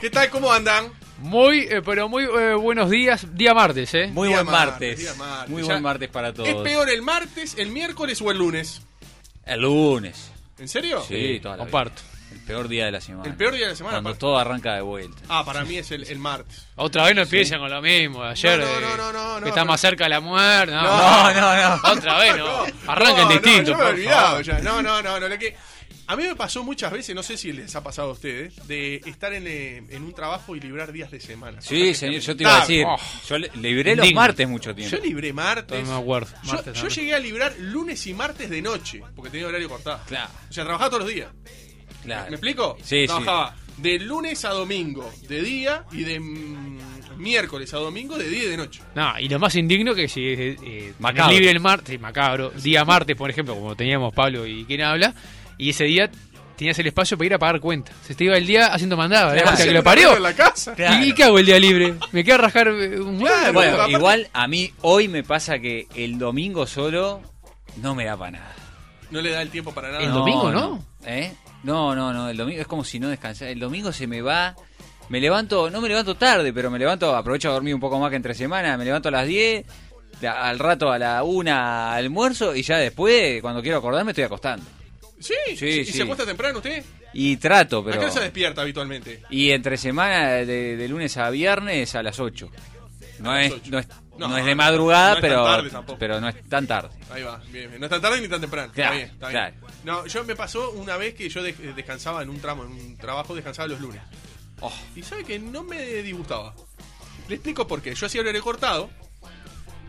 ¿Qué tal? ¿Cómo andan? Muy, eh, pero muy eh, buenos días. Día martes, ¿eh? Muy Día buen martes, día martes. martes. Muy Ya- buen martes para todos. ¿Es peor el martes, el miércoles o el lunes? El lunes. ¿En serio? Sí, toda la comparto. vida. El peor día de la semana. El peor día de la semana, Cuando aparte. todo arranca de vuelta. Ah, para mí es el, el martes. Otra vez no empiezan con lo mismo. Ayer No, no, eh, no, no, no, no, que está pero- más cerca de la muerte. No, Ah. No, no, no. Otra vez no. Arrancan no, distinto. No, yo me he por olvidado favor. ya. No, no, no, no. lo que- a mí me pasó muchas veces, no sé si les ha pasado a ustedes, de estar en, eh, en un trabajo y librar días de semana. Sí, señor, yo te iba a decir. Oh. Yo le- libré los Indigno. martes mucho tiempo. Yo libré martes. No me acuerdo. Yo- Martes, yo, no. llegué a librar lunes y martes de noche, porque tenía horario cortado. Claro. O sea, trabajaba todos los días. Claro. ¿Me explico? Sí, sí. Trabajaba de lunes a domingo de día y de mm, miércoles a domingo de día y de noche. No, y lo más indigno que si eh, eh, Macabro. libre el martes, macabro, día martes, por ejemplo, como teníamos Pablo y quien habla, y ese día tenías el espacio para ir a pagar cuentas. Se te iba el día haciendo mandada, Claro. además, que lo En parió. la casa. Claro. ¿Y qué hago el día libre? ¿Me queda rascar eh, un huevo? Claro. Bueno, aparte- igual a mí hoy me pasa que el domingo solo no me da para nada. No le da el tiempo para nada. El No, domingo, ¿no? ¿Eh? No, no, no. El domingo es como si no descansara. El domingo se me va. Me levanto, no me levanto tarde, pero me levanto, aprovecho a dormir un poco más que entre semana. Me levanto a las 10, a- al rato a la 1 almuerzo y ya después, cuando quiero acordarme, estoy acostando. Sí, Sí, ¿Y sí. se acuesta temprano usted? Y trato, ¿A qué pero. hora se despierta habitualmente? Y entre semana, de, de lunes a viernes, a las 8. No las es, ocho. no es, No, no es no, de madrugada, no es tan pero, tarde tampoco. pero no es tan tarde. Ahí va, bien, bien. No es tan tarde ni tan temprano. Claro, está bien, está bien. claro. No, yo me pasó una vez que yo de- eh, descansaba en un tramo, en un trabajo, descansaba los lunes. Oh, Y sabe que no me disgustaba. Le explico por qué. Yo hacía horario cortado.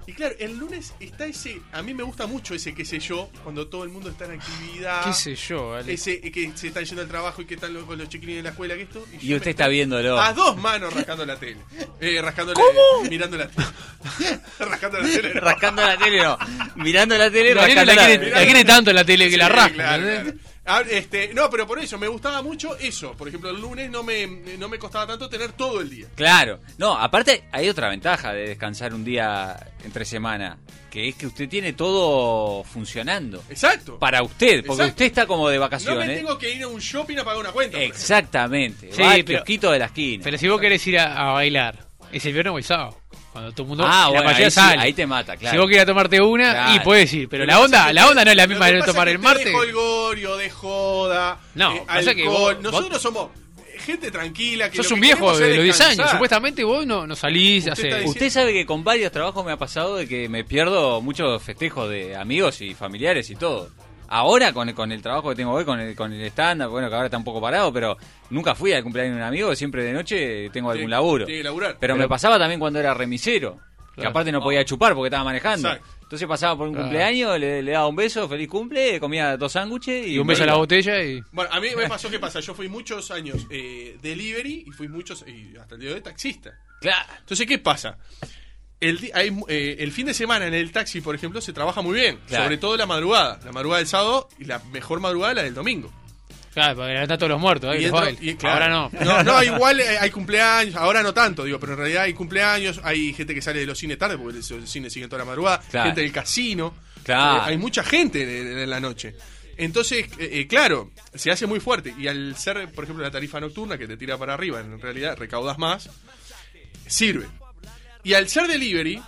Y claro, el lunes está ese. A mí me gusta mucho ese qué sé yo, cuando todo el mundo está en actividad. ¿Qué sé yo, Ale? Ese eh, que se están yendo al trabajo y que están los- con los chiquilines en la escuela, que esto. yo y me Ah, usted está viéndolo. a dos manos rascando la tele. Eh, rascándole, ¿Cómo? Mirando la tele. rascando la tele. no. rascando la tele, no. Mirando la tele, Daniel rascando la, la quiere, tele. la quiere tanto en la tele que la Sí, rasca. claro, ¿entendés? claro. Ah, este, no, pero por eso, me gustaba mucho eso. Por ejemplo, el lunes no me, no me costaba tanto tener todo el día. Claro. No, aparte hay otra ventaja de descansar un día entre semana, que es que usted tiene todo funcionando. Exacto. Para usted, porque Exacto. usted está como de no me vacaciones. tengo que ir a un shopping a pagar una cuenta. por ejemplo. Exactamente. Sí, va al pero- kiosquito de la esquina. Pero si vos querés ir a, a bailar, es el viernes o el sábado. Cuando todo el mundo. ah, la bueno, mayoría ahí, sí, sale. ahí te mata, claro. Si vos querés tomarte una, Claro. y puedes ir. Pero Lo la que onda pasa es la que onda no es la lo misma que de pasa es tomar que el usted martes. Dejó el gorio, de joda. No, eh, pasa que alcohol. vos- Nosotros somos gente tranquila. Que Sos lo un que viejo queremos de es los 10 años. descansar. Supuestamente vos no, no Usted salís, está haces. diciendo- Usted sabe que con varios trabajos me ha pasado de que me pierdo muchos festejos de amigos y familiares y todo. Ahora con, con el trabajo que tengo hoy, con el, con el stand-up, bueno, que ahora está un poco parado, pero nunca fui al cumpleaños de un amigo, siempre de noche tengo algún Tiene- laburo. tiene que laburar. Pero me pasaba también cuando era remisero, que Claro. aparte no podía chupar porque estaba manejando. Exacto. Entonces pasaba por un Claro. cumpleaños, le, le daba un beso, feliz cumple, comía dos sándwiches y... Y un beso a me la iba. botella y. Bueno, a mí me pasó que pasa. Yo fui muchos años eh, delivery y fui muchos, y hasta el día de hoy, taxista. Claro. Entonces, ¿qué pasa? El, di- hay, mu- eh, el fin de semana en el taxi, por ejemplo, se trabaja muy bien. Claro. Sobre todo la madrugada. La madrugada del sábado y la mejor madrugada la del domingo. Claro, porque están todos los muertos. ahí, Y los entro- bailes. y claro. Ahora no. No, no, igual eh, hay cumpleaños, ahora no tanto, digo, pero en realidad hay cumpleaños, hay gente que sale de los cines tarde, porque los cines siguen toda la madrugada, Claro. gente del casino, Claro. eh, hay mucha gente en, en- en la noche. Entonces, eh, eh, claro, se hace muy fuerte y al ser, por ejemplo, la tarifa nocturna que te tira para arriba, en realidad recaudas más, sirve. Y al ser delivery,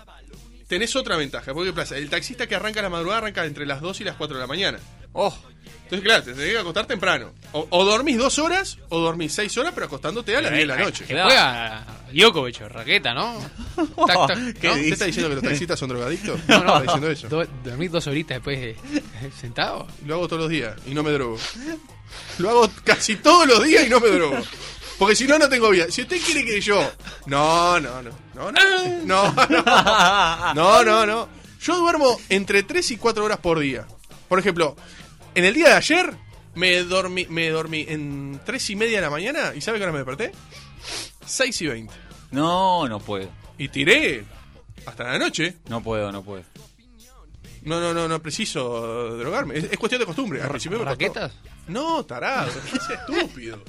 tenés otra ventaja, porque ¿qué pasa? el taxista que arranca a la madrugada arranca entre las 2 y las 4 de la mañana. Oh, Entonces, claro, te tenés que acostar temprano. O, o dormís dos horas, o dormís seis horas, pero acostándote a las 10 de la noche. Que Claro. juega Djokovic, raqueta, ¿no? Tac, ¿No? tac, ¿no? ¿Usted está diciendo que los taxistas son drogadictos? No, no. ¿Está diciendo eso? Do- dormir dos horitas después de, sentado. Lo hago todos los días y no me drogo. Lo hago casi todos los días y no me drogo. Porque si no, no tengo vida. Si usted quiere que yo... No, no, no. No, no, no. No, no, no. no. Yo duermo entre 3 y 4 horas por día. Por ejemplo, en el día de ayer me dormí, me dormí en 3 y media de la mañana. ¿Y sabe que hora me desperté? 6 y 20. no, no puedo, Y tiré hasta la noche. no puedo, no puedo. No, no, no, no preciso eh, drogarme. Es, es cuestión de costumbre. Al principio me costó. ¿Raquetas? No, tarado, ¿qué es estúpido.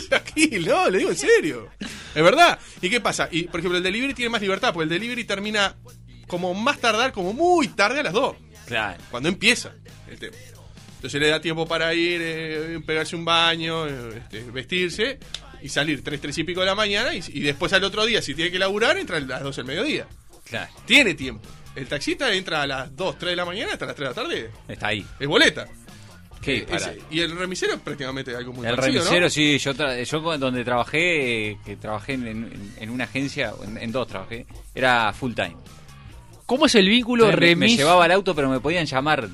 Estás aquí, no, le digo en serio. Es verdad. ¿Y qué pasa? Y, por ejemplo, el delivery tiene más libertad, porque el delivery termina como más tardar, como muy tarde a las 2, Claro. cuando empieza el tema. Entonces le da tiempo para ir, eh, pegarse un baño, eh, este, vestirse y salir 3, 3 y pico de la mañana y, y después al otro día, si tiene que laburar, entra a las 12 del mediodía. Claro, Tiene tiempo. El taxista entra a las 2, 3 de la mañana hasta las 3 de la tarde. está ahí. Es boleta. Qué Eh, disparate. ese- y el remisero es prácticamente algo muy El parecido, ¿no? remisero, sí, yo, tra- yo cu- donde trabajé, eh, que trabajé en, en- en una agencia, en, en dos trabajé, era full time. ¿Cómo es el vínculo Entonces, me, me remis? llevaba el auto, pero me podían llamar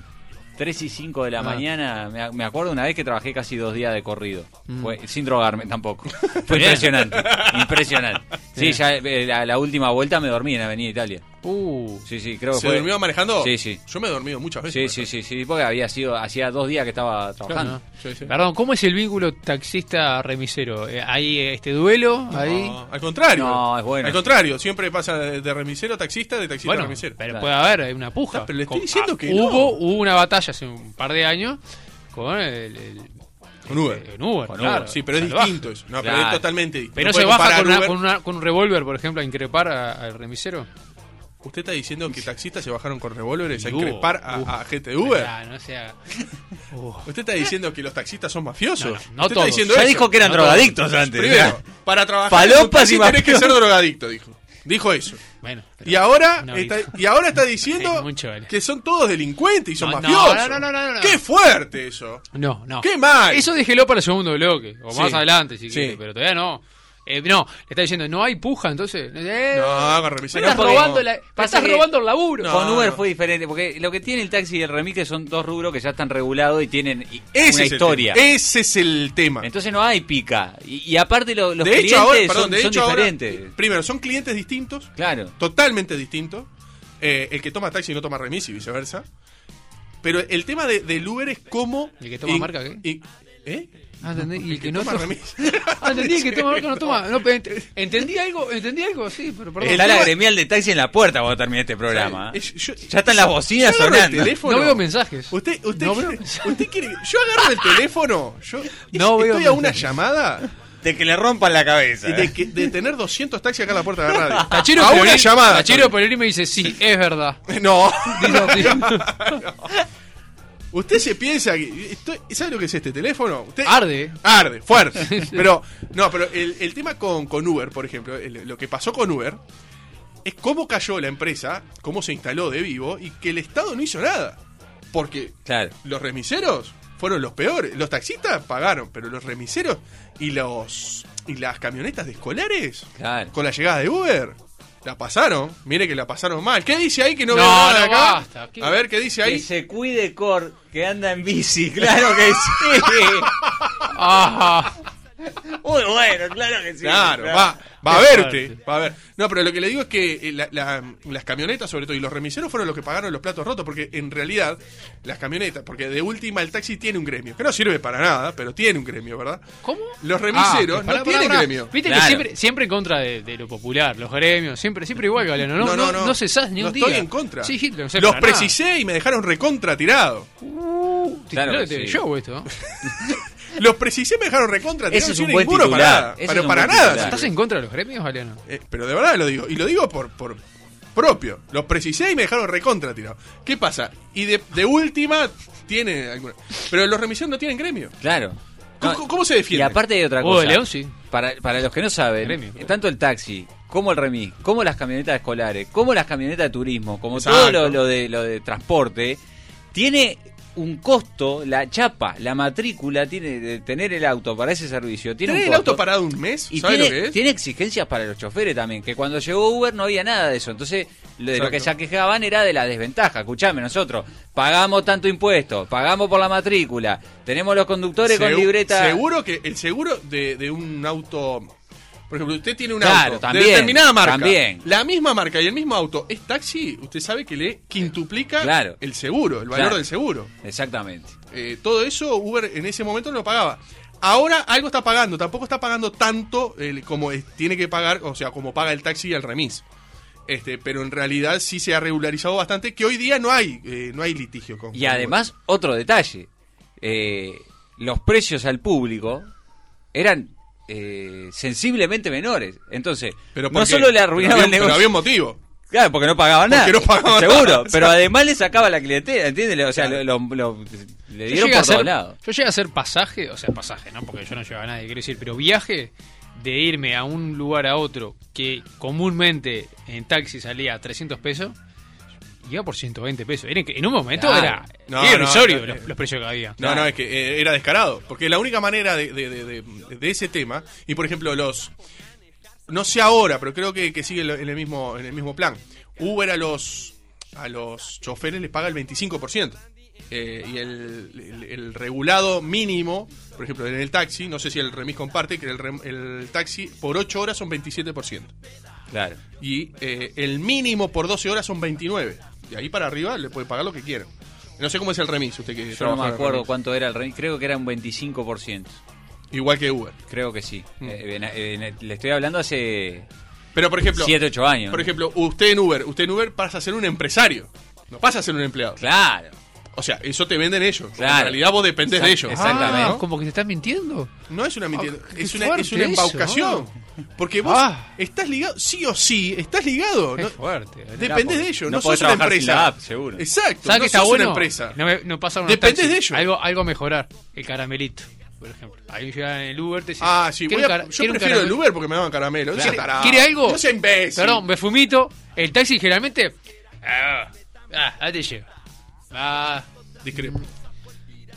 3 y 5 de la Ah. mañana. Me, a- me acuerdo una vez que trabajé casi dos días de corrido, Mm. Fue- sin drogarme tampoco. Fue impresionante, impresionante. Sí, Bien. ya eh, la, la última vuelta me dormí en Avenida Italia. Uh, Sí, sí, creo que ¿Se fue. durmió manejando? Sí, sí. Yo me he dormido muchas veces. Sí, sí, sí, sí, porque había sido, hacía dos días que estaba trabajando. claro. Sí, sí. Perdón, ¿cómo es el vínculo taxista-remisero? Eh, ¿Hay eh, este duelo? ahí? No, al contrario. No, es bueno. Al contrario, siempre pasa de, de remisero a taxista, de taxista Bueno, a remisero. pero Claro. puede haber eh, una puja. Ah, pero le estoy Con- diciendo que hubo, no. hubo una batalla hace un par de años con el, el- Con Uber. el Uber, Con claro, sí, pero es eh, salvaje. distinto eso. No, pero Claro. es totalmente distinto. Pero No no se puede baja comparar con, una- Uber. con una- con un revólver, por ejemplo, a increpar a- al remisero. ¿Usted está diciendo que taxistas se bajaron con revólveres a Y hubo. increpar a, Hubo. a gente de Uber? Ah, no sea- Uh, ¿Usted está diciendo que los taxistas son mafiosos? No, no, no ¿Usted está todos. diciendo Ya eso? dijo que eran todos. drogadictos antes. Primero, para trabajar Palopas en un taxi y tenés que mafiosos. ser drogadicto, dijo. Dijo eso. Bueno, pero- Y ahora, No, está, dijo. y ahora está diciendo Es mucho, vale. que son todos delincuentes y son No, no, mafiosos. no, no, no, no, no. ¡Qué fuerte eso! No, no. ¡Qué mal! Eso déjelo para el segundo bloque, o Sí. más adelante si Sí. quiere, pero todavía no. Eh, no, le está diciendo, no hay puja, entonces. eh, No, con me remisero. estás, no. robando, la- me estás que- robando el laburo. No. Con Uber fue diferente, porque lo que tiene el taxi y el remis que son dos rubros que ya están regulados y tienen i- Ese una es el historia. tema. Ese es el tema. Entonces no hay pica. Y, y aparte lo- los Ah. de clientes hecho, ahora, perdón, son, de son hecho ahora- diferentes. primero, son clientes distintos, Claro. totalmente distintos. Eh, el que toma taxi no toma remis y viceversa. Pero el tema de, del Uber es cómo. ¿Y el que toma marca qué? y- ¿Eh? Ah, entendí, Y el que no toma toma- remis. Ah, entendí que toma marca, no toma. No, pero ent- entendí algo, entendí algo, sí, pero perdón. El Está la tema- gremial de taxi en la puerta cuando termine este programa. Es- yo- Ya están las bocinas yo agarro el sonando. teléfono. No veo mensajes. Usted, usted, No veo quiere, mensajes. usted quiere. Yo agarro el teléfono. Yo No estoy veo a una mensajes. llamada De que le rompan la cabeza. ¿eh? y de, que- de tener 200 taxis acá en la puerta de la radio. Tachiro a una Perorini- llamada. Tachiro Perorini me dice, sí, es verdad. No. Digo, digo, Usted se piensa que. estoy- ¿Sabe lo que es este teléfono? Usted, Arde. Arde, fuerte. Pero, no, pero el, el tema con, con Uber, por ejemplo, el- lo que pasó con Uber es cómo cayó la empresa, cómo se instaló de vivo y que el Estado no hizo nada. Porque Claro. los remiseros fueron los peores. Los taxistas pagaron, pero los remiseros y los y las camionetas de escolares Claro. con la llegada de Uber la pasaron. Mire que la pasaron mal. ¿Qué dice ahí que no, No, veo nada no acá? basta. ¿Qué- A ver qué dice Que ahí. se cuide Cor, que anda en bici. Claro que sí. Ah, Muy bueno, claro que sí. Claro, va, va a Qué ver fuerte. usted, va a ver. No, pero lo que le digo es que eh, la- la- las camionetas, sobre todo, y los remiseros fueron los que pagaron los platos rotos, porque en realidad las camionetas, porque de última el taxi tiene un gremio, que no sirve para nada, pero tiene un gremio, ¿verdad? ¿Cómo? Los remiseros Ah, no pará, pará, tienen pará. gremio. Viste Claro. que siempre, siempre en contra de, de lo popular, los gremios, siempre, siempre igual, Galeano. No, no, no, no, cesás ni no un día. estoy en contra. Sí, Hitler, no sé Los para nada. precisé y me dejaron recontra tirado. Uh, Claro claro que sí. show esto. ¿no? Los precisé y me dejaron recontra tirado. Ese es sin un buen ninguno titular. para nada. Ese Pero es un para buen nada. titular. sirve. ¿Estás en contra de los gremios, Galeano? Eh, pero de verdad lo digo. Y lo digo por, por propio. Los precisé y me dejaron recontra tirado. ¿Qué pasa? Y de, de última tiene alguna. Pero los remiseros no tienen gremio. Claro. ¿Cómo, No, cómo se Ah, Y defiende? aparte hay otra Hugo cosa. de León, sí. Para, para los que no saben, Gremio, claro. tanto el taxi, como el remis, como las camionetas escolares, como las camionetas de turismo, como Exacto. todo lo, lo de, lo de transporte, tiene un costo, la chapa, la matrícula, tiene de tener el auto para ese servicio. Tiene ¿Tienen un el costo. auto parado un mes? Y ¿Sabe tiene, lo que es? tiene exigencias para los choferes también, que cuando llegó Uber no había nada de eso. Entonces, lo de lo que se Exacto. quejaban era de la desventaja. Escuchame, nosotros pagamos tanto impuesto, pagamos por la matrícula, tenemos los conductores Segu- con libreta. Seguro que el seguro de, de un auto. Por ejemplo, usted tiene un Claro, auto también, de determinada marca. también. La misma marca y el mismo auto es taxi, usted sabe que le quintuplica Claro. el seguro, el valor Claro. del seguro. Exactamente. Eh, todo eso Uber en ese momento no lo pagaba. Ahora algo está pagando, tampoco está pagando tanto eh, como es- tiene que pagar, o sea, como paga el taxi y el remis. Este, pero en realidad sí se ha regularizado bastante, que hoy día no hay, eh, no hay litigio con Y con además, otro detalle. eh, los precios al público eran eh, sensiblemente menores. Entonces, Uber. Pero no ¿por qué? solo le Pero arruinaba había- el Pero negocio. había un motivo. Claro, porque no pagaban nada. Porque no pagaban seguro. nada. Pero además le sacaba la clientela, ¿entiendes? O sea, Claro. lo- lo- lo- le Yo dieron llegué a por todos hacer- lados. Yo llegué a hacer pasaje, o sea, pasaje, ¿no? Porque yo no llevaba a nadie, quiero decir, pero viaje de irme a un lugar a otro que comúnmente en taxi salía 300 pesos, iba por 120 pesos. Era inc- en un momento Claro. era, No, era no, no, irrisorio los, los precios que había. No, no, es que eh, era descarado. Porque la única manera de, de- de- de- de ese tema, y por ejemplo, los. No sé ahora, pero creo que, que sigue en el, mismo, en el mismo plan. Uber a los, a los choferes les paga el 25%. Eh, y el, el- el regulado mínimo, por ejemplo, en el taxi, no sé si el remis comparte, que el, rem- el taxi por 8 horas son 27%. Claro. Y eh, el mínimo por 12 horas son 29. De ahí para arriba le puede pagar lo que quiera. No sé cómo es el remis, usted que Yo no me trabaja en el acuerdo remis. cuánto era el rey. Creo que era un 25%. Igual que Uber. Creo que sí. Mm. Eh, en- en- le estoy hablando hace Pero por ejemplo, 7, 8 años. por ejemplo, usted en Uber, usted en Uber pasa a ser un empresario. No pasa a ser un empleado. Claro. O sea, eso te venden ellos. Claro. En realidad vos dependés de ellos. Exact- exactamente. Ah, como que te estás mintiendo. No es una mentira, Ah, qué es una, es una fuerte eso, embaucación. Porque vos Ah. estás ligado, sí o sí, estás ligado. Qué ¿no? fuerte. eh, Dependés porque de ellos, no no, podés sos una trabajar sin empresa. la app, seguro. Exacto, ¿Sabes no qué está sos bueno? una empresa. No, me- no pasa Dependés de ellos. Algo, algo a mejorar. El caramelito, por ejemplo. Ahí llega en el Uber, te dice, Ah, sí, "Quiero voy a- un cara- yo quiero un prefiero el caramel- Uber porque me daban caramelo. no sea ¿Quiere- tarado. ¿Quiere algo? No sea imbécil. Perdón, me fumito. El taxi generalmente. Ah, ah, ahí te llevo. Ah, Discrepo.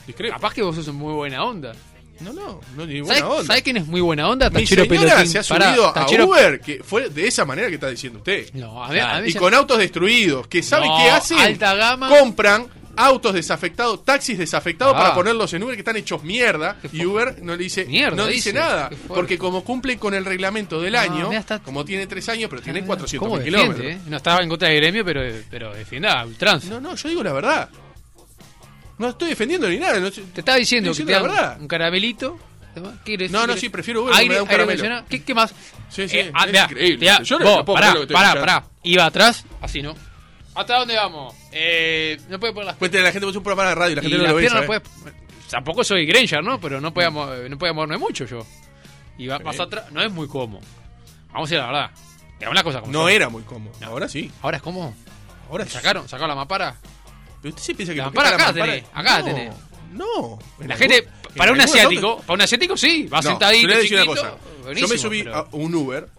Discrepo. capaz que vos sos muy buena onda. No, no, no, ni buena ¿Sabes onda. quién es muy buena onda? Mi Tachero señora Pelotín. se ha Pará, subido Tachero- a Uber, que fue de esa manera que está diciendo usted. No, a ver, a Claro, ver y ya- con autos destruidos, que sabe No, qué hacen. alta gama. Compran autos desafectados, taxis desafectados Ah. para ponerlos en Uber que están hechos mierda. Y Uber no le dice, Mierda, no dice, dice. nada. Qué fuerte. Porque como cumple con el reglamento del Ah, año, mirá, está- como tiene tres años, pero tiene Ah, ¿Cómo 400 defiende, kilómetros. eh? No estaba en contra del gremio, pero, pero defienda a ultranza. No, no, yo digo la verdad. No estoy defendiendo ni nada. No, estoy- Te estaba diciendo Estoy que te diciendo dan la verdad. un caramelito. ¿Qué querés? No, ¿Qué no, querés? sí, prefiero Uber, me da un aire caramelo. acondicionado. ¿Qué, qué más? Eh, ah, Sí, sí, es mirá, increíble. mirá, Yo no- vos, no puedo pará, creer lo que estoy pará, escuchando. pará. Iba atrás, así, ¿no? ¿Hasta dónde vamos? Eh, no puede poner las Cuéntale a la gente, pues es un programa de radio, la y gente no las lo ve. piernas ¿sabes? puede- Tampoco soy Granger, ¿no? Pero no podía, mo- eh, no podía moverme mucho yo. Y va más atrás. No es muy cómodo. Vamos a decir la verdad. Digamos las cosas como No son. era muy cómodo. Ahora sí. Ahora es cómodo. Ahora sí. Sacaron, sacaron la mampara. Pero usted se piensa que La porque mampara está acá tenés, acá no, tenés. No. En La algún- gente, en para un algunos asiático, otros- para un asiático sí, va No, sentadito, yo le voy a decir chiquito. una cosa. Yo me buenísimo, subí pero- a un Uber.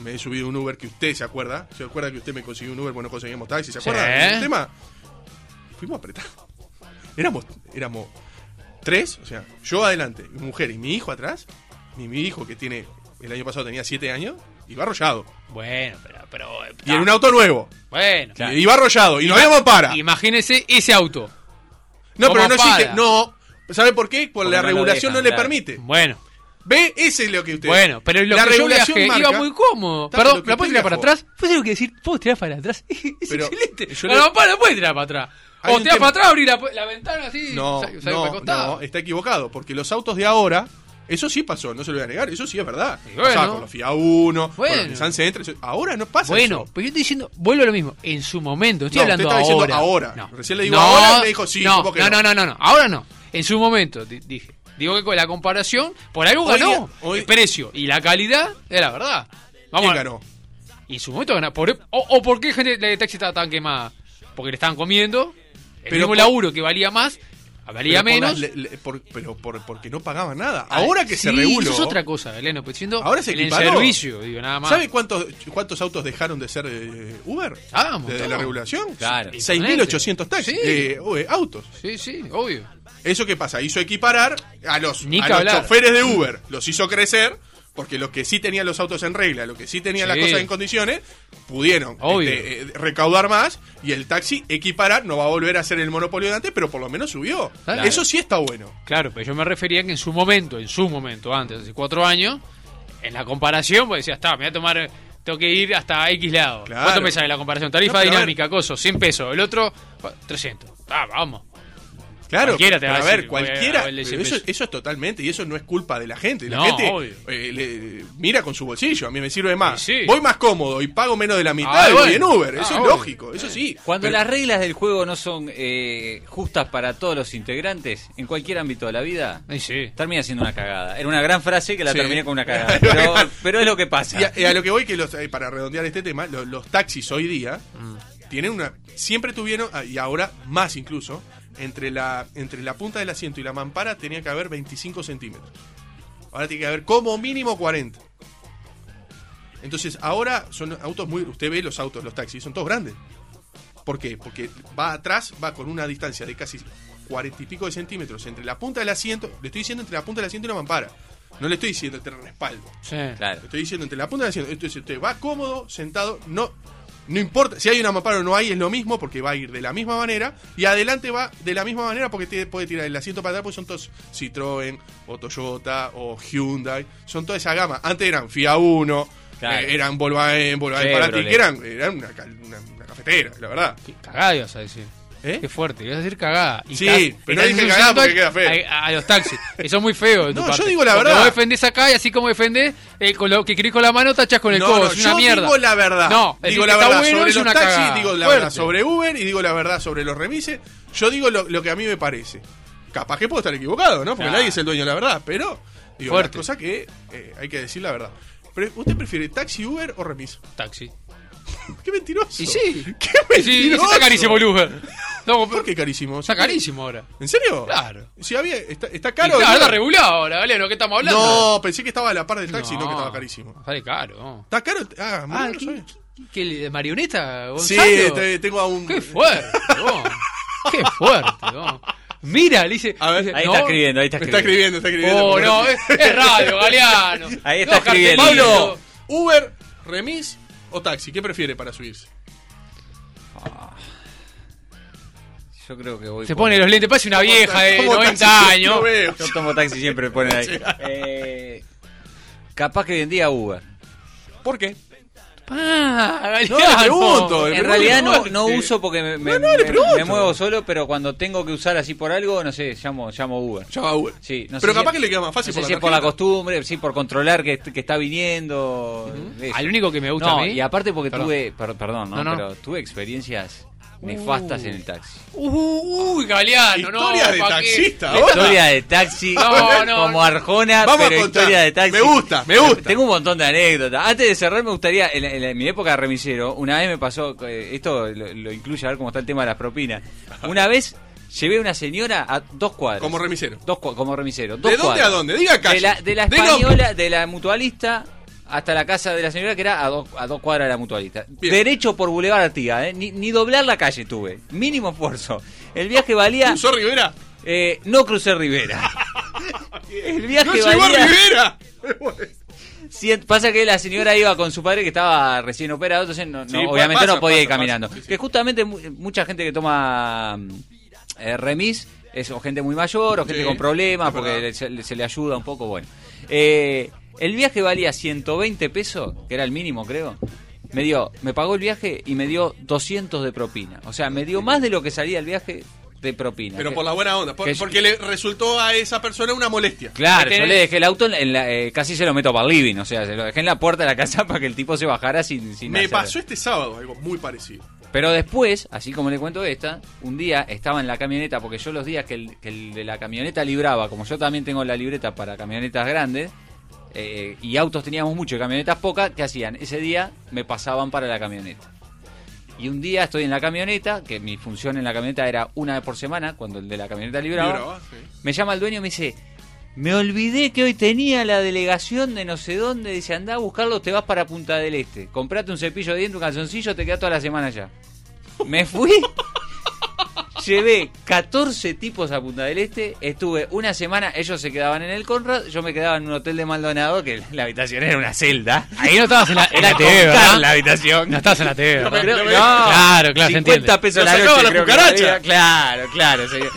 Me he subido a un Uber que usted se acuerda. ¿Se acuerda que usted me consiguió un Uber cuando conseguimos taxi? ¿Se Sí. acuerda del tema? Fuimos apretados. Éramos, éramos tres, o sea, yo adelante, mi mujer y mi hijo atrás. Mi, mi hijo que tiene, el año pasado tenía siete años, iba arrollado. Bueno, pero, pero eh, Y en un auto nuevo. bueno. Y Iba arrollado. Y no había mampara. Imagínese ese auto. No, No pero no mampara. existe. No. ¿Sabe por qué? Por Porque la no lo regulación dejan, no le claro. permite. Bueno, ¿Ve? Ese es lo que usted. bueno, pero lo la que yo regulación viajé marca- iba muy cómodo. Está, Perdón, pero que ¿la puedes usted tirar para viajó. atrás? Fue lo que decir, puedo tirar para atrás. Es Pero excelente. yo La le- mampara la puedes tirar para atrás. Hay O un tirar tema. para atrás, abrir la, pu- la ventana así, No, sal- sal- para el no, costado. no, está equivocado, porque los autos de ahora, eso sí pasó, no se lo voy a negar, eso sí es verdad. Y bueno. Pasaba con los FIA 1, Bueno. con los Nissan Sentra, eso- ahora no pasa Bueno, eso. pero yo estoy diciendo, vuelvo a lo mismo, en su momento, no estoy No, hablando usted estaba ahora. diciendo ahora. Recién le digo ahora y me dijo, sí, no, supongo que no, no, no. no, no, no, ahora no, en su momento, di- dije. Digo que con la comparación, por algo Hoy ganó día- hoy- el precio y la calidad es la verdad. Vamos ¿Quién a- ganó? Y en su momento ganó. Por, o, o por qué gente de taxi estaba tan quemada? Porque le estaban comiendo, el Pero mismo por- laburo que valía más, valía Pero por las menos. le- le- por- pero por- porque no pagaban nada. Ahora que se Sí, reguló. Eso es otra cosa, Eleno, pues diciendo Ahora se en el equiparó. servicio, digo, nada más. ¿Sabe cuántos, cuántos autos dejaron de ser eh, Uber? Ah, un Desde montón. la regulación. Claro. 6.800 taxis. Sí. eh, eh, autos. Sí, sí, obvio. ¿Eso qué pasa? Hizo equiparar a los, Ni a que los hablar. choferes de Uber. Los hizo crecer porque los que sí tenían los autos en regla, los que sí tenían Sí. las cosas en condiciones, pudieron Obvio. este, eh, recaudar más y el taxi equiparar. No va a volver a ser el monopolio de antes, pero por lo menos subió. Claro. Eso sí está bueno. Claro, pero yo me refería que en su momento, en su momento, antes, hace cuatro años, en la comparación, pues decía, está, me voy a tomar, tengo que ir hasta X lado. Claro. ¿Cuánto me sale la comparación? Tarifa No, pero a dinámica, coso, 100 pesos. El otro, 300. Ah, vamos. Claro, Cualquiera te pero va a a ver, decir, cualquiera. voy a- voy a pero eso, decir- eso es totalmente, y eso no es culpa de la gente. La No, obvio. gente eh, le- mira con su bolsillo, a mí me sirve más. Y sí. Voy más cómodo y pago menos de la mitad Ah, y voy bueno. en Uber. Ah, eso es obvio. lógico, eso sí. Cuando Pero- las reglas del juego no son eh, justas para todos los integrantes, en cualquier ámbito de la vida, Ay, sí. termina siendo una cagada. Era una gran frase que la Sí. terminé con una cagada. Pero, pero es lo que pasa. Y a, y a lo que voy, que los, eh, para redondear este tema, lo- los taxis hoy día tienen una. Siempre tuvieron, ah, y ahora más incluso, entre la, entre la punta del asiento y la mampara tenía que haber 25 centímetros. Ahora tiene que haber como mínimo 40. Entonces, ahora son autos muy. Usted ve los autos, los taxis, son todos grandes. ¿Por qué? Porque va atrás, va con una distancia de casi cuarenta y pico de centímetros entre la punta del asiento. Le estoy diciendo entre la punta del asiento y la mampara. No le estoy diciendo entre el respaldo. Sí. Claro. Le estoy diciendo entre la punta del asiento. Entonces, usted va cómodo, sentado, no. No importa, si hay una mampara o no hay, es lo mismo porque va a ir de la misma manera y adelante va de la misma manera porque te puede tirar el asiento para atrás porque son todos Citroën o Toyota o Hyundai, son toda esa gama. Antes eran Fiat 1, Claro. eh, eran Volkswagen, Volkswagen Chevrolet. Paraty, que eran, eran una, cal- una- una cafetera, la verdad. Qué cagada ibas a decir. ¿Eh? Qué fuerte, ibas a decir cagada. Y Sí, estás- pero no estás dije cagada porque insultando queda feo. A, a- a los taxis. Eso es muy feo. de tu No, yo parte. digo la Porque verdad. Vos defendés acá y así como defendés, eh, con lo que querés con la mano tachás con el No, codo. no, es una yo mierda. digo la verdad. No, digo es decir, la está verdad bueno, sobre es los una taxis, cagada. digo la Fuerte. verdad sobre Uber y digo la verdad sobre los remises. Yo digo lo, lo que a mí me parece. Capaz que puedo estar equivocado, ¿no? Porque Claro. nadie es el dueño de la verdad, pero digo Fuerte. las cosas que eh, hay que decir la verdad. Pero, ¿Usted prefiere taxi, Uber o remis? Taxi. ¡Qué mentiroso! Y sí. ¡Qué Sí, sí, mentiroso! está carísimo el Uber. No, ¿Por qué carísimo? Está carísimo ahora. ¿En serio? Claro. Si había, está, está caro. Claro, claro, ¿no? está regulado ahora, Valero, ¿qué estamos hablando? no, pensé que estaba a la par del taxi, no, que estaba carísimo. Sale caro. ¿Está caro? Ah, Ah, bueno, no ¿qué, sabía. qué- qué- marioneta, Sí, Gonzalo? te- tengo a un. Qué fuerte, vos. Qué fuerte, vos. Mira, le dice. A ver, dice, Ahí no, está escribiendo, ahí está Está escribiendo, escribiendo. está escribiendo. Oh, Pobre. no, es, es radio, Galeano. Ahí está Dejate, escribiendo. Pablo. Uber, remis o taxi, ¿qué prefiere para subirse? Yo creo que voy. Se por- pone los lentes, parece una vieja de ¿Cómo 90 taxi? años. No veo. Yo tomo taxi siempre, ponen ahí. Eh, capaz que hoy en día Uber. ¿Por qué? Ah, No, Galeano. le pregunto. eh. le En pregunto. realidad no, no uso porque me, me- No, no, le me- pregunto. me muevo solo, pero cuando tengo que usar así por algo, no sé, llamo, llamo Uber. Ya va Uber. Sí, no sé Pero si- capaz que le queda más No sé fácil por, si la es por la tarjeta. costumbre, sí, por controlar que, que está viniendo. eso. Eh, Al único que me gusta No, a mí. y aparte porque Perdón. tuve, per- perdón, No, ¿no? Uh. no. pero tuve experiencias nefastas en el taxi. Uh, uy, Galeano, no. Historia de ¿pa' qué? taxista, Le- vos. Historia de taxi, No, no, como no. Arjona, Vamos a pero contar. historia de taxi. Me gusta, me gusta. Tengo un montón de anécdotas. Antes de cerrar, me gustaría, en, en- en mi época de remisero, una vez me pasó, eh, esto lo, lo incluye a ver cómo está el tema de las propinas. Una vez llevé a una señora a dos cuadras. Como remisero. Dos cua- como remisero. Dos ¿De dónde cuadras. a dónde? Diga calle. De la, de la De española, nombre. de la mutualista, hasta la casa de la señora, que era a dos, a dos cuadras de la mutualista. Bien. Derecho por Boulevard Artigas, ¿eh? ni, ni doblar la calle tuve. Mínimo esfuerzo. El viaje valía. ¿Cruzó Uh, Rivera? eh, no crucé Rivera. El viaje ¡No llegó a valía. Rivera! cien- pasa que la señora iba con su padre que estaba recién operado, entonces no, no, Sí, pa- obviamente pasa, no podía ir pasa, caminando. pasa, sí, sí. Que justamente mu- mucha gente que toma mm, eh, remis es o gente muy mayor o gente Sí, con problemas es verdad. porque le- se, le- se le ayuda un poco. Bueno, Eh, el viaje valía 120 pesos, que era el mínimo, creo. Me dio, me pagó el viaje y me dio 200 de propina. O sea, me dio más de lo que salía el viaje de propina. Pero Que- por la buena onda. por- que- porque le resultó a esa persona una molestia. Claro, yo Tenés- le dejé el auto, en la- en la- eh, casi se lo meto para el living, o sea, se lo dejé en la puerta de la casa para que el tipo se bajara sin, sin Me hacer- pasó este sábado algo muy parecido. Pero después, así como le cuento esta, un día estaba en la camioneta, porque yo los días que el, que el de la camioneta libraba, como yo también tengo la libreta para camionetas grandes, eh, y autos teníamos mucho y camionetas pocas, ¿qué hacían? Ese día me pasaban para la camioneta. Y un día estoy en la camioneta, que mi función en la camioneta era una vez por semana, cuando el de la camioneta libraba. Libraba, sí. Me llama el dueño y me dice, me olvidé que hoy tenía la delegación de no sé dónde. Dice, andá a buscarlo, te vas para Punta del Este. Comprate un cepillo de dientes, un calzoncillo, te quedas toda la semana allá. Me fui. Llevé 14 tipos a Punta del Este, estuve una semana, ellos se quedaban en el Conrad, yo me quedaba en un hotel de Maldonado, que la habitación era una celda. Ahí no estabas en la, en la Era TV, con ¿verdad? cal la habitación. No estabas en la TV, ¿verdad? Creo- no no, me- Claro, claro, se 50 entiende. pesos Lo la sacaba noche, la creo que cucaracha. valía. Claro, claro. señor.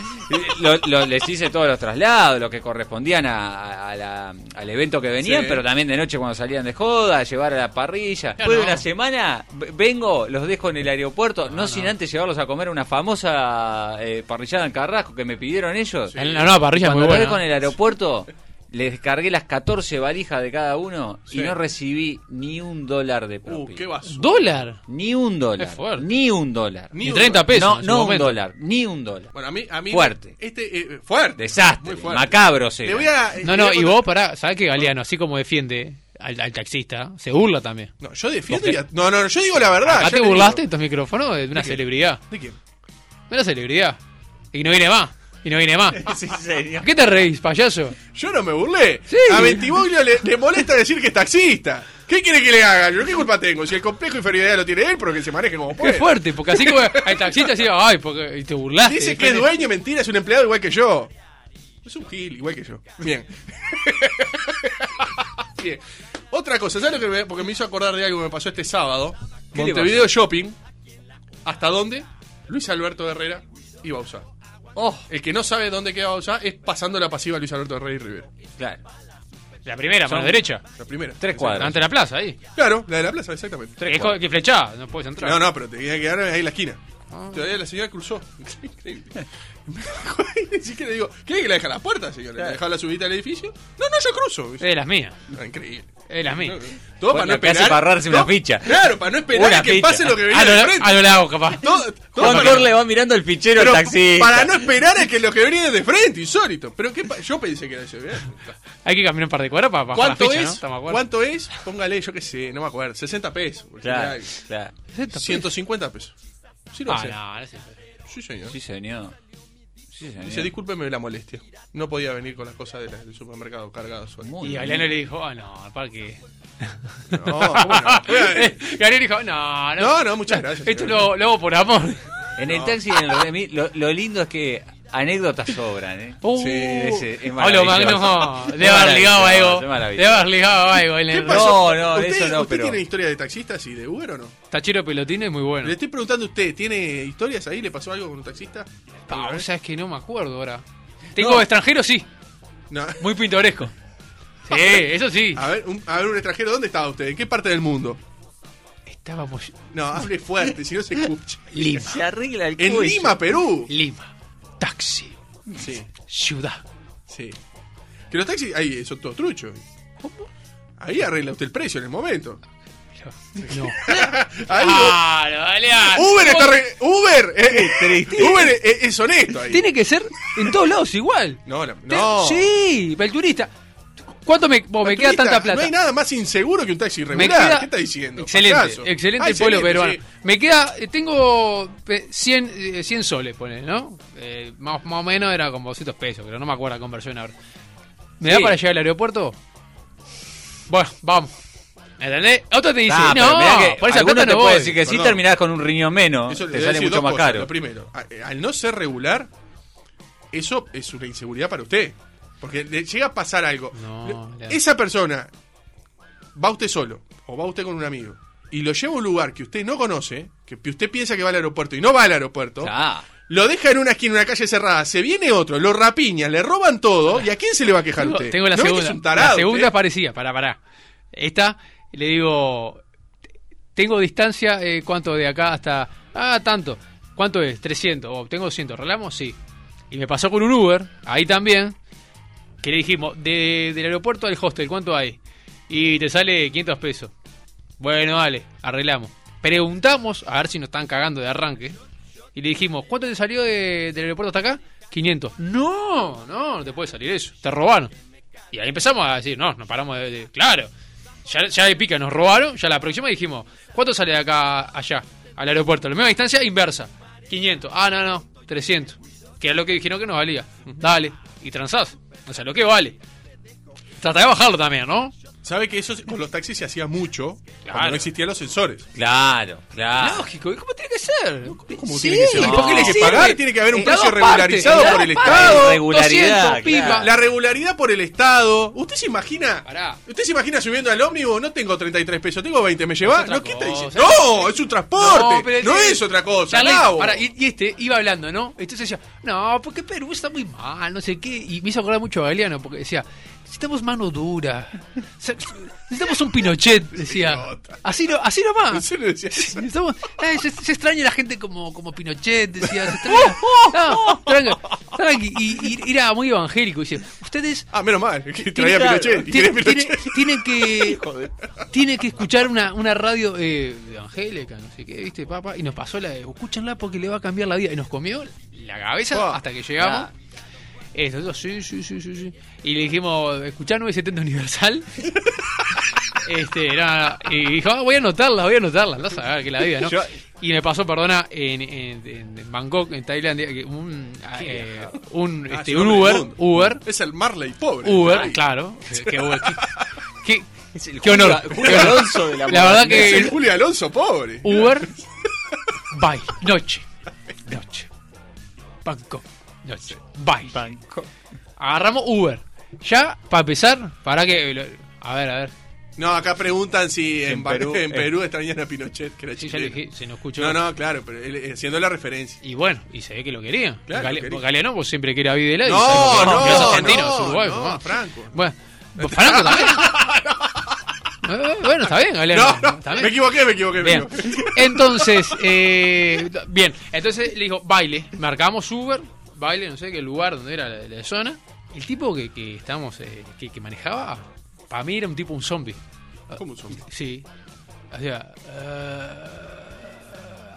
Lo- lo- les hice todos los traslados, lo que correspondían a- a la- al evento que venían, Sí. pero también de noche cuando salían de joda, llevar a la parrilla. Ya Después no. de una semana v- vengo, los dejo en el aeropuerto, no, sin antes llevarlos a comer una famosa eh, parrillada en Carrasco que me pidieron ellos. En La nueva parrilla es muy Cuando buena. volví con el aeropuerto, les descargué las 14 valijas de cada uno Sí. y no recibí ni un dólar de Uh, propina. qué vaso. ¿Dólar? Ni un dólar. Es fuerte. Ni un dólar. Ni Ni un 30 dólar. pesos. no, en su no un momento. dólar. Ni un dólar. Bueno, a mí. A mí Fuerte. Este, eh, fuerte. Desastre. Muy fuerte. Macabro Le será. voy a. eh, No, le no, voy a y contar- vos pará, ¿sabés que Galeano, así como defiende al, al taxista, se burla también? No, yo defiendo Vos y a- No, no, no, yo digo la verdad. Acá Ah, yo te le burlaste en digo. tus micrófonos de una ¿De qué? celebridad. ¿De quién? De una celebridad. Y no viene más. Y no viene más. Sí, señor. ¿A qué te reís, payaso? Yo no me burlé. Sí. A Bentivoglio le, le molesta decir que es taxista. ¿Qué quiere que le haga? Yo qué culpa tengo. Si el complejo de inferioridad lo tiene él, pero que se maneje como Qué puede. fuerte, porque así como al taxista decía, ay, porque y te burlaste. Dice que es después- dueño, mentira, es un empleado igual que yo. Es un gil, igual que yo. Bien. Bien. Otra cosa, ¿sabes lo que me, porque me hizo acordar de algo que me pasó este sábado? ¿Qué le Montevideo Shopping. ¿Hasta dónde? Luis Alberto Herrera y Bausá. Oh, El que no sabe dónde queda Bausá es pasando la pasiva a Luis Alberto Herrera y Rivera. claro. La primera, mano Son- derecha. La primera. Tres cuadras. Ante la plaza, ahí. Claro, la de la plaza, exactamente. Es co- que flechada, no puedes entrar. No, no, pero tenía que quedar ahí en la esquina. Ah. Todavía la señora cruzó. Increíble. Así que le digo, ¿qué? ¿Que la deja a la puerta, señora? ¿La Claro. Eh. deja la subida al edificio? No, no, yo cruzo. Es de las mías. Ah, Increíble. Es de las mías. Todo Bueno, para no que hace esperar. parrarse una ficha. Claro, para no esperar Una que ficha. Ah, pase lo que venía A lo, de frente. a lo largo, capaz. Todo- todo Juan para- Corle va mirando el fichero al pero taxi. para no esperar a que lo que venía de frente, insólito. Pero qué pa- yo pensé que era eso. ¿verdad? Hay que caminar un par de cuadras para bajar ¿Cuánto la ficha, ¿no? es? Estamos de acuerdo. ¿Cuánto es? Póngale, yo qué sé, no me acuerdo. 60 pesos. por Claro, ejemplo. claro. 150 pesos. Sí, lo Ah, sé. no, no es eso. Sí, señor. Sí, señor. Sí, señor. Dice, discúlpeme la molestia. No podía venir con las cosas de la- del supermercado cargadas. sueltas. Muy Y bien. Galeano le dijo, ah, no, ¿para qué? No, ¿cómo no? Eh, Galeano dijo, no, no. No, no, muchas gracias. Esto señor. lo, lo hago por amor. En el taxi, en el remi, lo, lo lindo es que anécdotas sobran, ¿eh? Uh, Sí, ese es Pablo maravilloso. Magno, Es debe haber ligado maravilloso, algo. es maravilloso. Debe haber ligado algo. en ¿Qué el- pasa? pasó? No, no, ¿Usted, eso no, ¿usted pero- tiene historia de taxistas y de Uber o no? Tachero pelotino es muy bueno. Le estoy preguntando a usted, ¿tiene historias ahí? ¿Le pasó algo con un taxista? Ah, ¿Alguna vos vez? sabés que no me acuerdo ahora. Tengo No. extranjero, sí. No. Muy pintoresco. Sí, eso sí. A ver, un, a ver, un extranjero, ¿dónde estaba usted? ¿En qué parte del mundo? Estábamos No, hable fuerte, si no se escucha. Lima. Se arregla el En cuello. Ah, Lima, Perú. Lima. Taxi. Sí, Ciudad. sí. Que los taxis ahí son todos truchos. ¿Cómo? Ahí arregla usted el precio en el momento. No. Ahí Ah, no, dale, ah. Uber ¿Cómo está re- Uber eh, Uber eh, es, honesto ahí. Tiene que ser en todos lados igual. No, no. no. Sí, para el turista. ¿Cuánto me, vos, me Turista, queda tanta plata? No hay nada más inseguro que un taxi me irregular. queda, ¿Qué está diciendo? Excelente, Payaso. excelente Ah, pueblo excelente, peruano. sí. Me queda, eh, tengo pe- 100, eh, 100 soles, pone, ¿no? Eh, más, más o menos era como 200 pesos, pero no me acuerdo la conversión ahora. ¿Me da Sí. para llegar al aeropuerto? Bueno, vamos. ¿Entendés? Otro te dice, Ah, pero no, mirá que por esa alguno plata te no puede voy. decir que sí Perdón. terminás con un riñón menos, Eso le voy te a sale decir mucho dos más cosas. caro. Lo primero, a- eh, al no ser regular, eso es una inseguridad para usted. Porque le llega a pasar algo. No, Le- la- Esa persona va usted solo o va usted con un amigo y lo lleva a un lugar que usted no conoce, que pi- usted piensa que va al aeropuerto y no va al aeropuerto. Ah, Lo deja en una esquina, en una calle cerrada, se viene otro, lo rapiña, le roban todo, ¿y a quién se le va a quejar Tengo, usted? tengo la ¿No ve que segunda. es un tarado ¿eh? la segunda usted? parecía, pará, pará. Esta, le digo, tengo distancia, eh, ¿cuánto de acá hasta...? Ah, tanto. ¿Cuánto es? 300. Oh, tengo 200. ¿Relamos? Sí. Y me pasó con un Uber, ahí también, que le dijimos, de- del aeropuerto al hostel, ¿cuánto hay? Y te sale 500 pesos. Bueno, dale, arreglamos. Preguntamos, a ver si nos están cagando de arranque. Y le dijimos, ¿cuánto te salió de- del aeropuerto hasta acá? 500. No, no, no te puede salir eso. Te robaron. Y ahí empezamos a decir, no, nos paramos de... de- claro. Ya, ya de pica nos robaron, ya la próxima dijimos, ¿cuánto sale de acá allá? Al aeropuerto, la misma distancia inversa. 500. Ah, no, no, 300. Que era lo que dijeron que nos valía. Dale, y transás. O sea, lo que vale. Tratá de bajarlo también, ¿no? ¿Sabe que eso se- con los taxis se hacía mucho cuando Claro. no existían los sensores? claro, claro. Lógico, ¿y cómo tiene que ser? ¿Cómo Sí, tiene que ser? ¿y ¿Por por qué qué le le que sirve? pagar? Tiene que haber un En las precio dos partes, regularizado en las por el dos partes. Estado. Regularidad, 200, pimba. claro. La regularidad por el Estado. ¿Usted se imagina? Ah. Pará. ¿Usted se imagina subiendo al ómnibus? No tengo 33 pesos, tengo 20, ¿me llevas? otra No, ¿qué está cosa. diciendo? No, es un transporte. No, pero es otra cosa. Charlie, Gabo. pará, y, y este iba hablando, ¿no? Entonces decía, no, porque Perú está muy mal, no sé qué. Y me hizo acordar mucho a Galeano, porque decía, necesitamos mano dura. O sea, Necesitamos un Pinochet, decía. Idiota. Así, no, así ¿En nomás. serio decía eso? Necesitamos- ay, se, se extraña la gente como, como Pinochet, decía. se extraña- no, tranqui, tranqui. Y, y era muy evangélico. Dice, ustedes Ah, menos mal. que Traía claro. Pinochet. y tiene- quería tiene- Pinochet. tienen que tienen que escuchar una, una radio eh, evangélica, no sé qué, viste, papá, y nos pasó la de escúchenla porque le va a cambiar la vida. Y nos comió la cabeza Buah. hasta que llegamos. Ah. Eh, nosotros, sí, sí, sí, sí, sí. Y le dijimos, escuchá 970 Universal. este, era- y dijo, "Ah, voy a anotarla, voy a anotarla, no a ver que la vida, ¿no? Yo- y me pasó, perdona, en, en- en Bangkok, en Tailandia, que un, eh, un, Ah, este, es un hombre del Uber, mundo. Uber, Es el Marley pobre. Uber, Ahí. claro. Que, que- Es el Qué Julio- honor. Julio Alonso de la La verdad que- Uh. Es el Julio Alonso, pobre. Uber, bye, noche, noche, Bangkok, noche, bye. Banco. Agarramos Uber. Ya, para empezar, para que... lo- A ver, a ver. No, acá preguntan si en, Ba- en Perú- Perú, eh. extrañan a Pinochet, que era Sí, ya lo chileno. dije, se nos escuchó. No, no, claro, pero él, eh, haciendo la referencia. Y bueno, y se ve que lo quería. Claro, Gale- lo quería. porque Galeano vos siempre quiere a Videla. y No, sabemos que no, es argentino, no, es uruguayo, no, bueno. Franco. Bueno, pues Franco también. Eh, bueno, está bien, Galeano. No, no, está bien. me equivoqué, me equivoqué. me Bien. equivoqué. Entonces, eh, bien. Entonces le dijo, baile. Marcamos Uber, baile, no sé qué lugar donde era la, la zona. El tipo que, que estamos, eh, que, que manejaba, para mí era un tipo, un zombie. ¿Cómo son? Sí. Hacía. eh,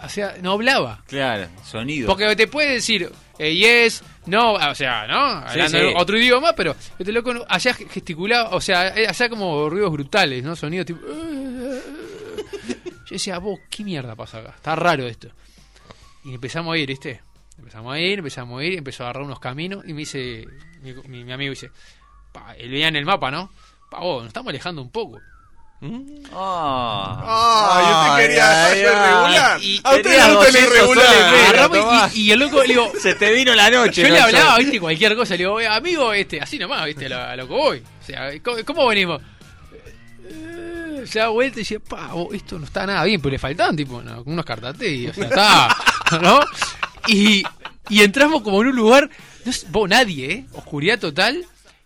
hacía. No hablaba. Claro, sonido. Porque te puede decir eh, yes, no, ah, o sea, ¿no? Hablando sí. otro idioma, pero este loco no- hacía gesticulaba, o sea, eh, hacía como ruidos brutales, ¿no? Sonidos tipo. Yo decía, vos, ¿qué mierda pasa acá? Está raro esto. Y empezamos a ir, ¿viste? Empezamos a ir, empezamos a ir, empezó a agarrar unos caminos y me dice, mi, mi- mi amigo dice, pa, él veía en el mapa, ¿no? Pa, vos, nos estamos alejando un poco. Ah, yo te quería hacer regular. Y- A usted Tenías le gusta el 200 irregular. soles menos. Agarramos y- Ah, Tomás. y, y el loco le digo, Se te vino la noche. Yo le Gonzalo. hablaba, viste, cualquier cosa, le digo, "Eh, amigo, este, así nomás, viste, a lo, a lo que voy. O sea, ¿cómo, cómo venimos? Eh, Se da vuelta y dice, pa, vos, esto no está nada bien, pero le faltaban, tipo, no, unos cartatillos, o sea, está, ¿no? Y, y entramos como en un lugar, no sé, vos, nadie, ¿eh? Oscuridad total,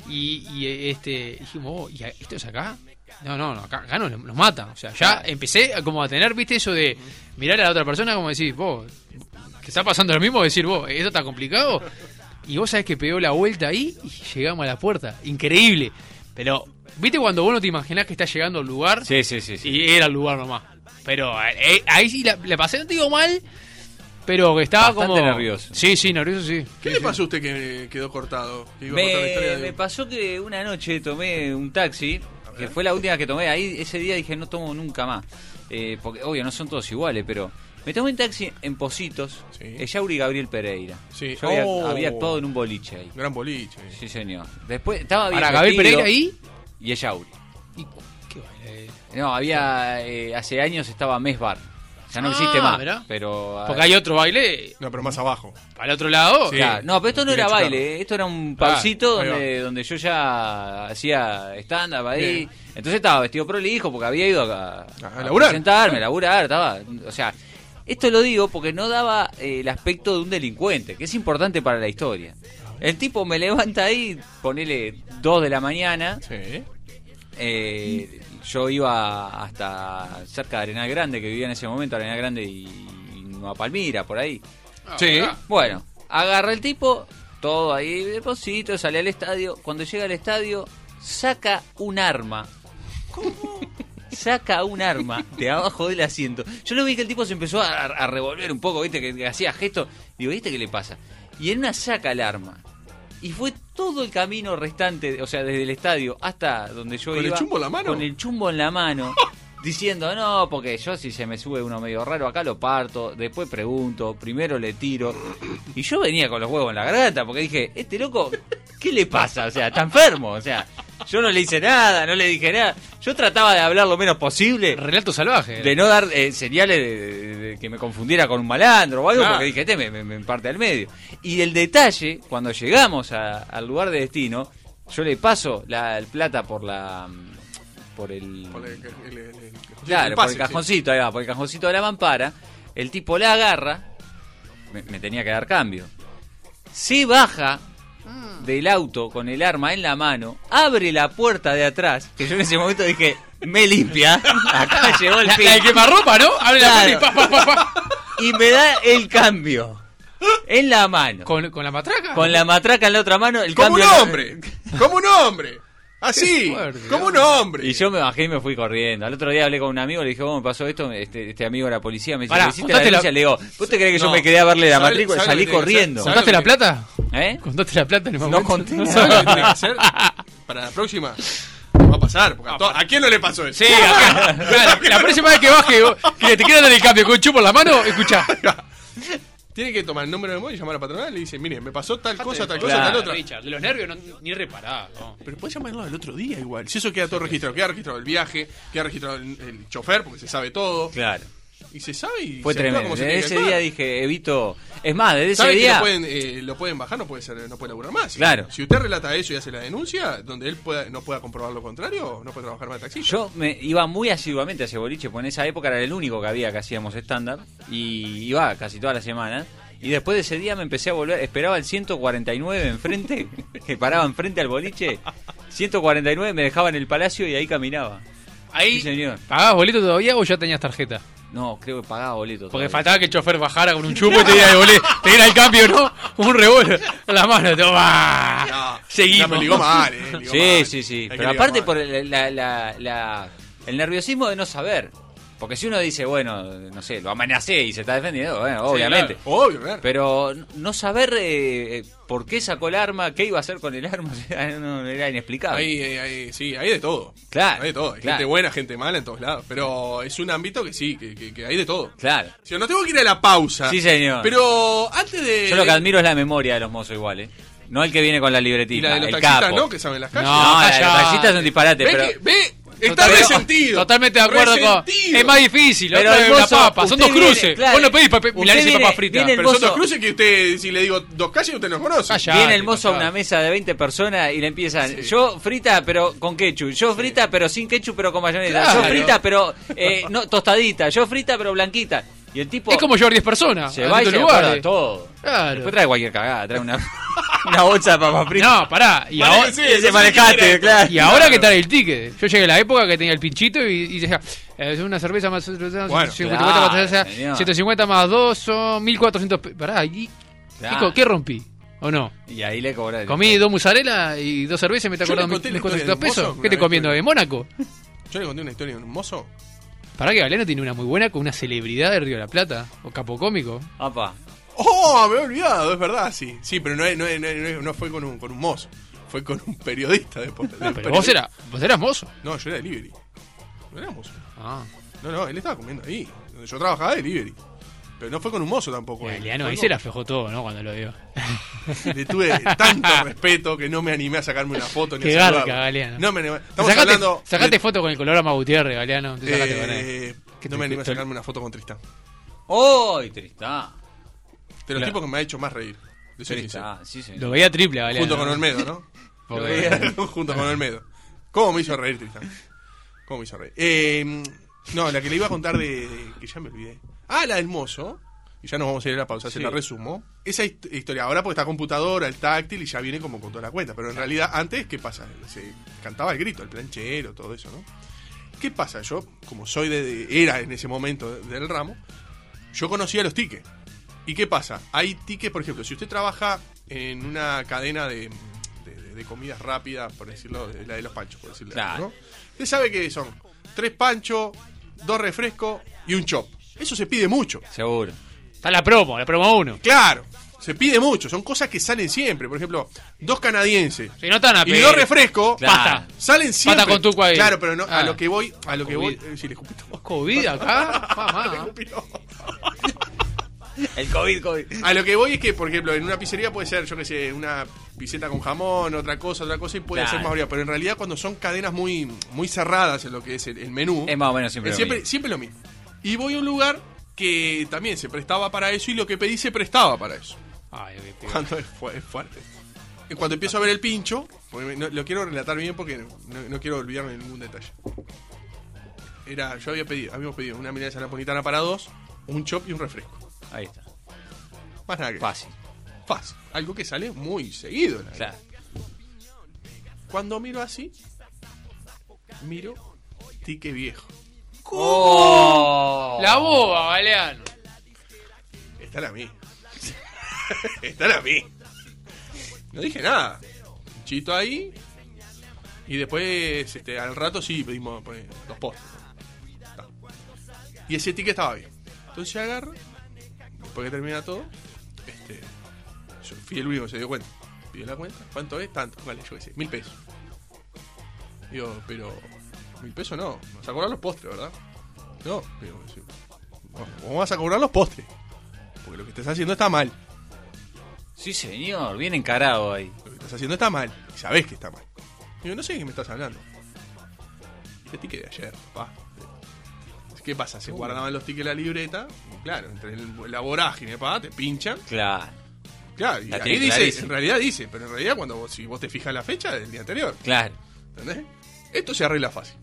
y, y, eh, este, dijimos, "Oh, ¿y a- esto es acá? No, no, no, acá, acá nos, nos mata. O sea, ya empecé a como a tener, viste, eso de mirar a la otra persona como decir, vos, que está pasando lo mismo, decir, vos, ¿eso está complicado? Y vos sabés que pegó la vuelta ahí y llegamos a la puerta. Increíble. Pero, ¿viste cuando vos no te imaginás que estás llegando al lugar? Sí, sí, sí. sí. Y era el lugar nomás. Pero eh, ahí sí la, la pasé, no te digo mal, pero que estaba Bastante como... nervioso. Sí, sí, nervioso, sí. ¿Qué Sí, le sí. pasó a usted que quedó cortado? Que iba a contar la historia Me, de- me pasó que una noche tomé un taxi, que ver. fue la última que tomé. Ahí ese día dije, no tomo nunca más. Eh, porque, obvio, no son todos iguales, pero. Me tomé un taxi en Positos, Sí. el Yauri Gabriel Pereira. Sí. Yo había, Oh. había actuado en un boliche ahí. Gran boliche. Sí, señor. Después estaba bien. Para Gabriel vestido Pereira ahí... Y el Yauri. y- ¿Qué vale? No, había. eh, hace años estaba Mes Bar. Ya no Ah, existe más. mirá. Pero. ah, Porque hay otro baile No, pero más abajo. para el otro lado. Sí. Claro, no, pero esto no Quiere era chocar. baile, eh. esto era un Ah, pausito ahí va. donde, donde yo ya hacía stand-up ahí. Bien. Entonces estaba vestido prolijo porque había ido a, A laburar. presentarme, a laburar, estaba. O sea, esto lo digo porque no daba eh, el aspecto de un delincuente, que es importante para la historia. El tipo me levanta ahí, ponele 2 de la mañana. Sí. Eh, yo iba hasta cerca de Arenal Grande, que vivía en ese momento, Arenal Grande y, y Nueva Palmira, por ahí. Ah, Sí. pará. Bueno, agarra el tipo, todo ahí, deposito, sale al estadio. Cuando llega al estadio, saca un arma. Saca un arma de abajo del asiento. Yo lo vi que el tipo se empezó a, a revolver un poco, viste, que, que hacía gestos. Digo, ¿viste qué le pasa? Y en una saca el arma. Y fue todo el camino restante, o sea, desde el estadio hasta donde yo ¿Con el iba. chumbo en la mano? Con el chumbo en la mano. Diciendo, no, porque yo si se me sube uno medio raro, acá lo parto, después pregunto, primero le tiro. Y yo venía con los huevos en la garganta, porque dije, este loco, ¿qué le pasa? O sea, está enfermo, o sea, yo no le hice nada, no le dije nada. Yo trataba de hablar lo menos posible, Relato salvaje. de no dar eh, señales de, de que me confundiera con un malandro o algo, Claro. porque dije, este me, me- me parte al medio. Y el detalle, cuando llegamos a- al lugar de destino, yo le paso la el plata por la... mm, Por el, Por el- el- el- el- Claro, por pase, el sí. cajoncito, ahí va, por el cajoncito de la mampara. El tipo la agarra. Me, me tenía que dar cambio. Se baja del auto con el arma en la mano, abre la puerta de atrás, que yo en ese momento dije, me limpia, acá llegó el La, fin, la de quemarropa, ¿no? Abre la Claro. puerta y pa, pa, pa, pa. y me da el cambio, en la mano, con, ¿Con, con la matraca. la matraca en la otra mano, el Como un cambio... en la- hombre. Como un hombre. Así. fuerte, Como un hombre. Y yo me bajé y me fui corriendo. Al otro día hablé con un amigo, le dije, ¿cómo me pasó esto? Este, este amigo era policía, me dice, Pará, ¿le hiciste la contate la- denuncia? Le digo, ¿vos te crees que yo No. me quedé a verle la ¿Sabe- matrícula? sabe lo Salí que tiene que hacer? corriendo. ¿Sabe- ¿Contaste la plata? ¿Eh? ¿Contaste la plata en el momento? conté No nada. ¿Sabe lo que sabes. tiene que hacer? Para la próxima. Va a pasar. Ah, porque a, to- ¿a quién no le pasó eso? Sí, acá. Claro, la próxima vez que baje, vos, que te quieran dar el cambio con chupo en la mano, escucha. Tiene que tomar el número de móvil, llamar a patronal y le dice, mire, me pasó tal cosa, tal cosa, joder, tal otra. Richard, de los nervios no- ni reparado. ¿no? Pero puedes llamarlo al otro día igual. Si eso queda todo registrado, queda registrado el viaje, queda registrado el, el chofer, porque se sabe todo. Claro. Y se sabe y Fue se actúa tremendo. como se Desde tiene que ese actuar. día dije, evito. Es más, desde ese ¿Sabe que día. lo pueden, eh, lo pueden bajar? No puede, ser, no puede laburar más. Claro. Si usted relata eso y hace la denuncia, donde él pueda, no pueda comprobar lo contrario, no puede trabajar más de taxista. Yo me iba muy asiduamente a ese boliche, porque en esa época era el único que había que hacíamos estándar. Y iba casi todas las semanas. Y después de ese día me empecé a volver. Esperaba el 149 enfrente, que paraba enfrente al boliche. 149 me dejaba en el palacio y ahí caminaba. Ahí, Sí, señor. ¿pagabas boleto todavía o ya tenías tarjeta? No, creo que pagaba boleto. Porque todavía. faltaba que el chofer bajara con un chupo y te diera el boleto. Te diera el cambio, ¿no? Como un revólver en la mano. Toma. Ah, Ya Seguimos. me ligó mal, eh, ligó Sí, mal. sí, sí. Hay que Pero ligar aparte mal. por el, la- la- la- el nerviosismo de no saber. Porque si uno dice, bueno, no sé, lo amanecé y se está defendiendo, bueno, obviamente. Obvio, claro. Pero no saber eh, eh, por qué sacó el arma, qué iba a hacer con el arma, o sea, no, era inexplicable. Hay, hay- hay- sí, hay de todo. Claro, Hay de todo. Hay claro. gente buena, gente mala en todos lados. Pero es un ámbito que sí, que, que- que hay de todo. Claro. Si no tengo que ir a la pausa. Sí, señor. Pero antes de. Yo lo que admiro es la memoria de los mozos igual, ¿eh? No el que viene con la Y libretita, la de los el taxistas, capo. ¿no? Que saben las calles. No, la de los callate. taxistas es un disparate, ve, pero... que- ve, está resentido. Totalmente de acuerdo con. Resentido. Es más difícil. Pero Pero es el una mozo, papa. Son usted dos viene- cruces. claro. Vos no pedís pape- Usted milanesa y viene- papas fritas. viene el Pero son mozo- dos cruces que usted, si le digo dos calles, usted no conoce. Calla. Viene te el mozo a pasaba. una mesa de 20 personas y le empiezan. Sí. Yo frita, pero con ketchup. Yo frita, pero sin ketchup, pero con mayonesa. Yo Claro. frita, pero eh, no, tostadita. Yo frita, pero blanquita. Y el tipo Es como llevar 10 personas. se a va y distintos se lugares. acuerda todo. Claro. Después trae cualquier cagada, trae una, una bolsa de papas fritas. No, pará. Y Vale, ahora, sí, Y no sé se qué manejaste, quiere. claro. y ahora que trae el ticket. Yo llegué a la época que tenía el pinchito y, y decía, eh, una cerveza más otra, otra, Bueno, 150 claro, más otra, señor. 150 más 2 son 1400. pe- Pará, ¿y Claro. Nico, qué rompí? ¿O no? Y ahí le cobra. Comí dos musarela y dos cervezas y me está Yo le cobrando conté la 1400 historia del mozo pesos. una ¿Qué te vez comiendo que- de Mónaco? Yo le conté una historia de un mozo. Pará que Galeno tiene una muy buena con una celebridad de Río de la Plata. O capocómico. Apa. ¡Oh! Me he olvidado, es verdad, sí. Sí, pero no, es- no, es- no, es- no es- no fue con un, con un mozo. Fue con un periodista de por- del Pero vos, periodista. era, vos eras mozo. No, yo era delivery. No era mozo. Ah. No, no, él estaba comiendo ahí. Donde yo trabajaba delivery. Pero no fue con un mozo tampoco. él. Galeano, Fue ahí con- se la aflojó todo, ¿no? Cuando lo vio. Le tuve tanto respeto que no me animé a sacarme una foto ni Qué a saludarlo. garca, Galeano. No me animé. Estamos Sacate, hablando. de- sacate foto con el color a Gutiérrez, Galeano. Te sacaste con él. eh, ¿Qué no te- me animé a te- sacarme una foto con Tristán. ¡Uy, Tristán! De los Claro. tipos que me ha hecho más reír. De ser sincero. Tristán, sí, Lo señor. veía triple, a Galeano. Junto con Olmedo, ¿no? Porque- Junto con Olmedo. ¿Cómo me hizo reír Tristán? ¿Cómo me hizo reír? Eh, no, la que le iba a contar de, de- que ya me olvidé. Ah, la del mozo. Y ya nos vamos a ir a la pausa, se Sí. la resumo. Esa hist- historia ahora porque está computadora, el táctil y ya viene como con toda la cuenta. Pero en realidad antes, ¿qué pasa? Se cantaba el grito, el planchero, todo eso, ¿no? ¿Qué pasa? Yo, como soy de, de- era en ese momento de- del ramo, yo conocía los tickets. ¿Y qué pasa? Hay tickets, por ejemplo, si usted trabaja en una cadena de, de- de- de comidas rápidas, por decirlo, de- la de los panchos, por decirlo, Claro. ¿no? Usted sabe que son tres panchos, dos refrescos y un chop. Eso se pide mucho. Seguro. Está la promo, la promo 1. Claro, se pide mucho. Son cosas que salen siempre. Por ejemplo, dos canadienses Si no están a y pedir. dos refrescos Claro. Basta. salen siempre. con tuco ahí. Claro, pero no, a Ah. lo que voy, a lo que voy, Covid. eh, sí, le escupí todo. COVID acá. Mamá. Le escupí todo. El COVID, COVID. A lo que voy es que, por ejemplo, en una pizzería puede ser, yo qué sé, una piseta con jamón, otra cosa, otra cosa, y puede Claro. ser más variado. Pero en realidad, cuando son cadenas muy, muy cerradas en lo que es el, el menú, Es más o menos siempre es lo siempre, mismo. siempre lo mismo. Y voy a un lugar que también se prestaba para eso y lo que pedí se prestaba para eso. Ay, qué peor. Cuando es, fu- es fuerte. Y Cuando empiezo a ver el pincho, porque me- no- lo quiero relatar bien porque no, no- no quiero olvidarme de ningún detalle. Era, yo había pedido, habíamos pedido una milanesa napolitana para dos, un chop y un refresco. Ahí está. Más nada que eso. Fácil. Fácil. Algo que sale muy seguido. la verdad. Claro. Cuando miro así, miro tique viejo. ¡Oh! La boba, Galeano. Está la mí. Está la mí. No dije nada. Chito ahí. Y después, este, al rato sí pedimos pues, dos postres. Ta. Y ese ticket estaba bien. Entonces agarro, después que termina todo, este, yo fui el único que se dio cuenta. Pidió la cuenta. ¿Cuánto es? Tanto. Vale, yo qué sé, mil pesos. Digo, pero mil pesos no. Vas a cobrar los postres, ¿verdad? No, digo, sí. "No, ¿Cómo vas a cobrar los postres? Porque lo que estás haciendo está mal. Sí, señor, bien encarado ahí. Lo que estás haciendo está mal. Y sabés que está mal. Digo, no sé de qué me estás hablando. Este ticket de ayer, papá. ¿Qué pasa? Se guardaban los tickets en la libreta. y claro, entre el- la vorágine, papá, te pinchan. Claro, Claro, y La ahí tiene dice, clarísima. en realidad dice, pero en realidad cuando vos, si vos te fijas la fecha del día anterior, claro. ¿entendés? Esto se arregla fácil.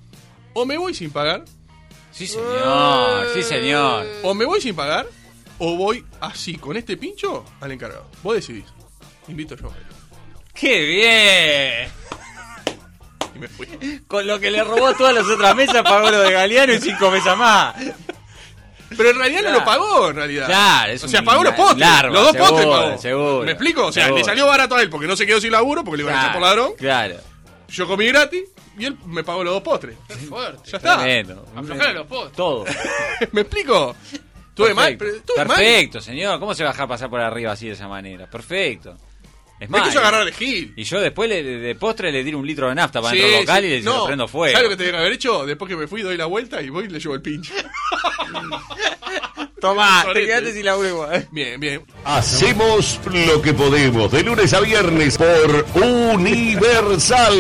O me voy sin pagar, Sí, señor, sí, señor. o me voy sin pagar, o voy así, con este pincho, al encargado. Vos decidís. Invito yo. ¡Qué Y me fui. bien! Con lo que le robó todas las otras mesas, pagó lo de Galeano y cinco mesas más. Pero en realidad no Claro. lo pagó, en realidad. Claro, es o un sea, pagó los postres. larva, los dos seguro, postres pagó. seguro, ¿Me explico? O sea, seguro. le salió barato a él porque no se quedó sin laburo, porque le iban a echar por ladrón. Claro. Yo comí gratis y él me pagó los dos postres. Fuerte. Ya está. Tremendo. Aflojar a los postres. Todo. ¿Me explico? Estuve mal, pero estuve mal. Perfecto, señor. ¿Cómo se va a dejar pasar por arriba así de esa manera? Perfecto. Es Me más. quiso agarrar el gil. Y yo después le, de postre le tiro un litro de nafta para Sí, dentro del local sí. y le No, lo prendo fuego. ¿Sabes lo que tenían que haber hecho? Después que me fui, doy la vuelta y voy y le llevo el pinche. Tomá, Sorete. sin la igual. Bien, bien. Hacemos lo que podemos de lunes a viernes por Universal.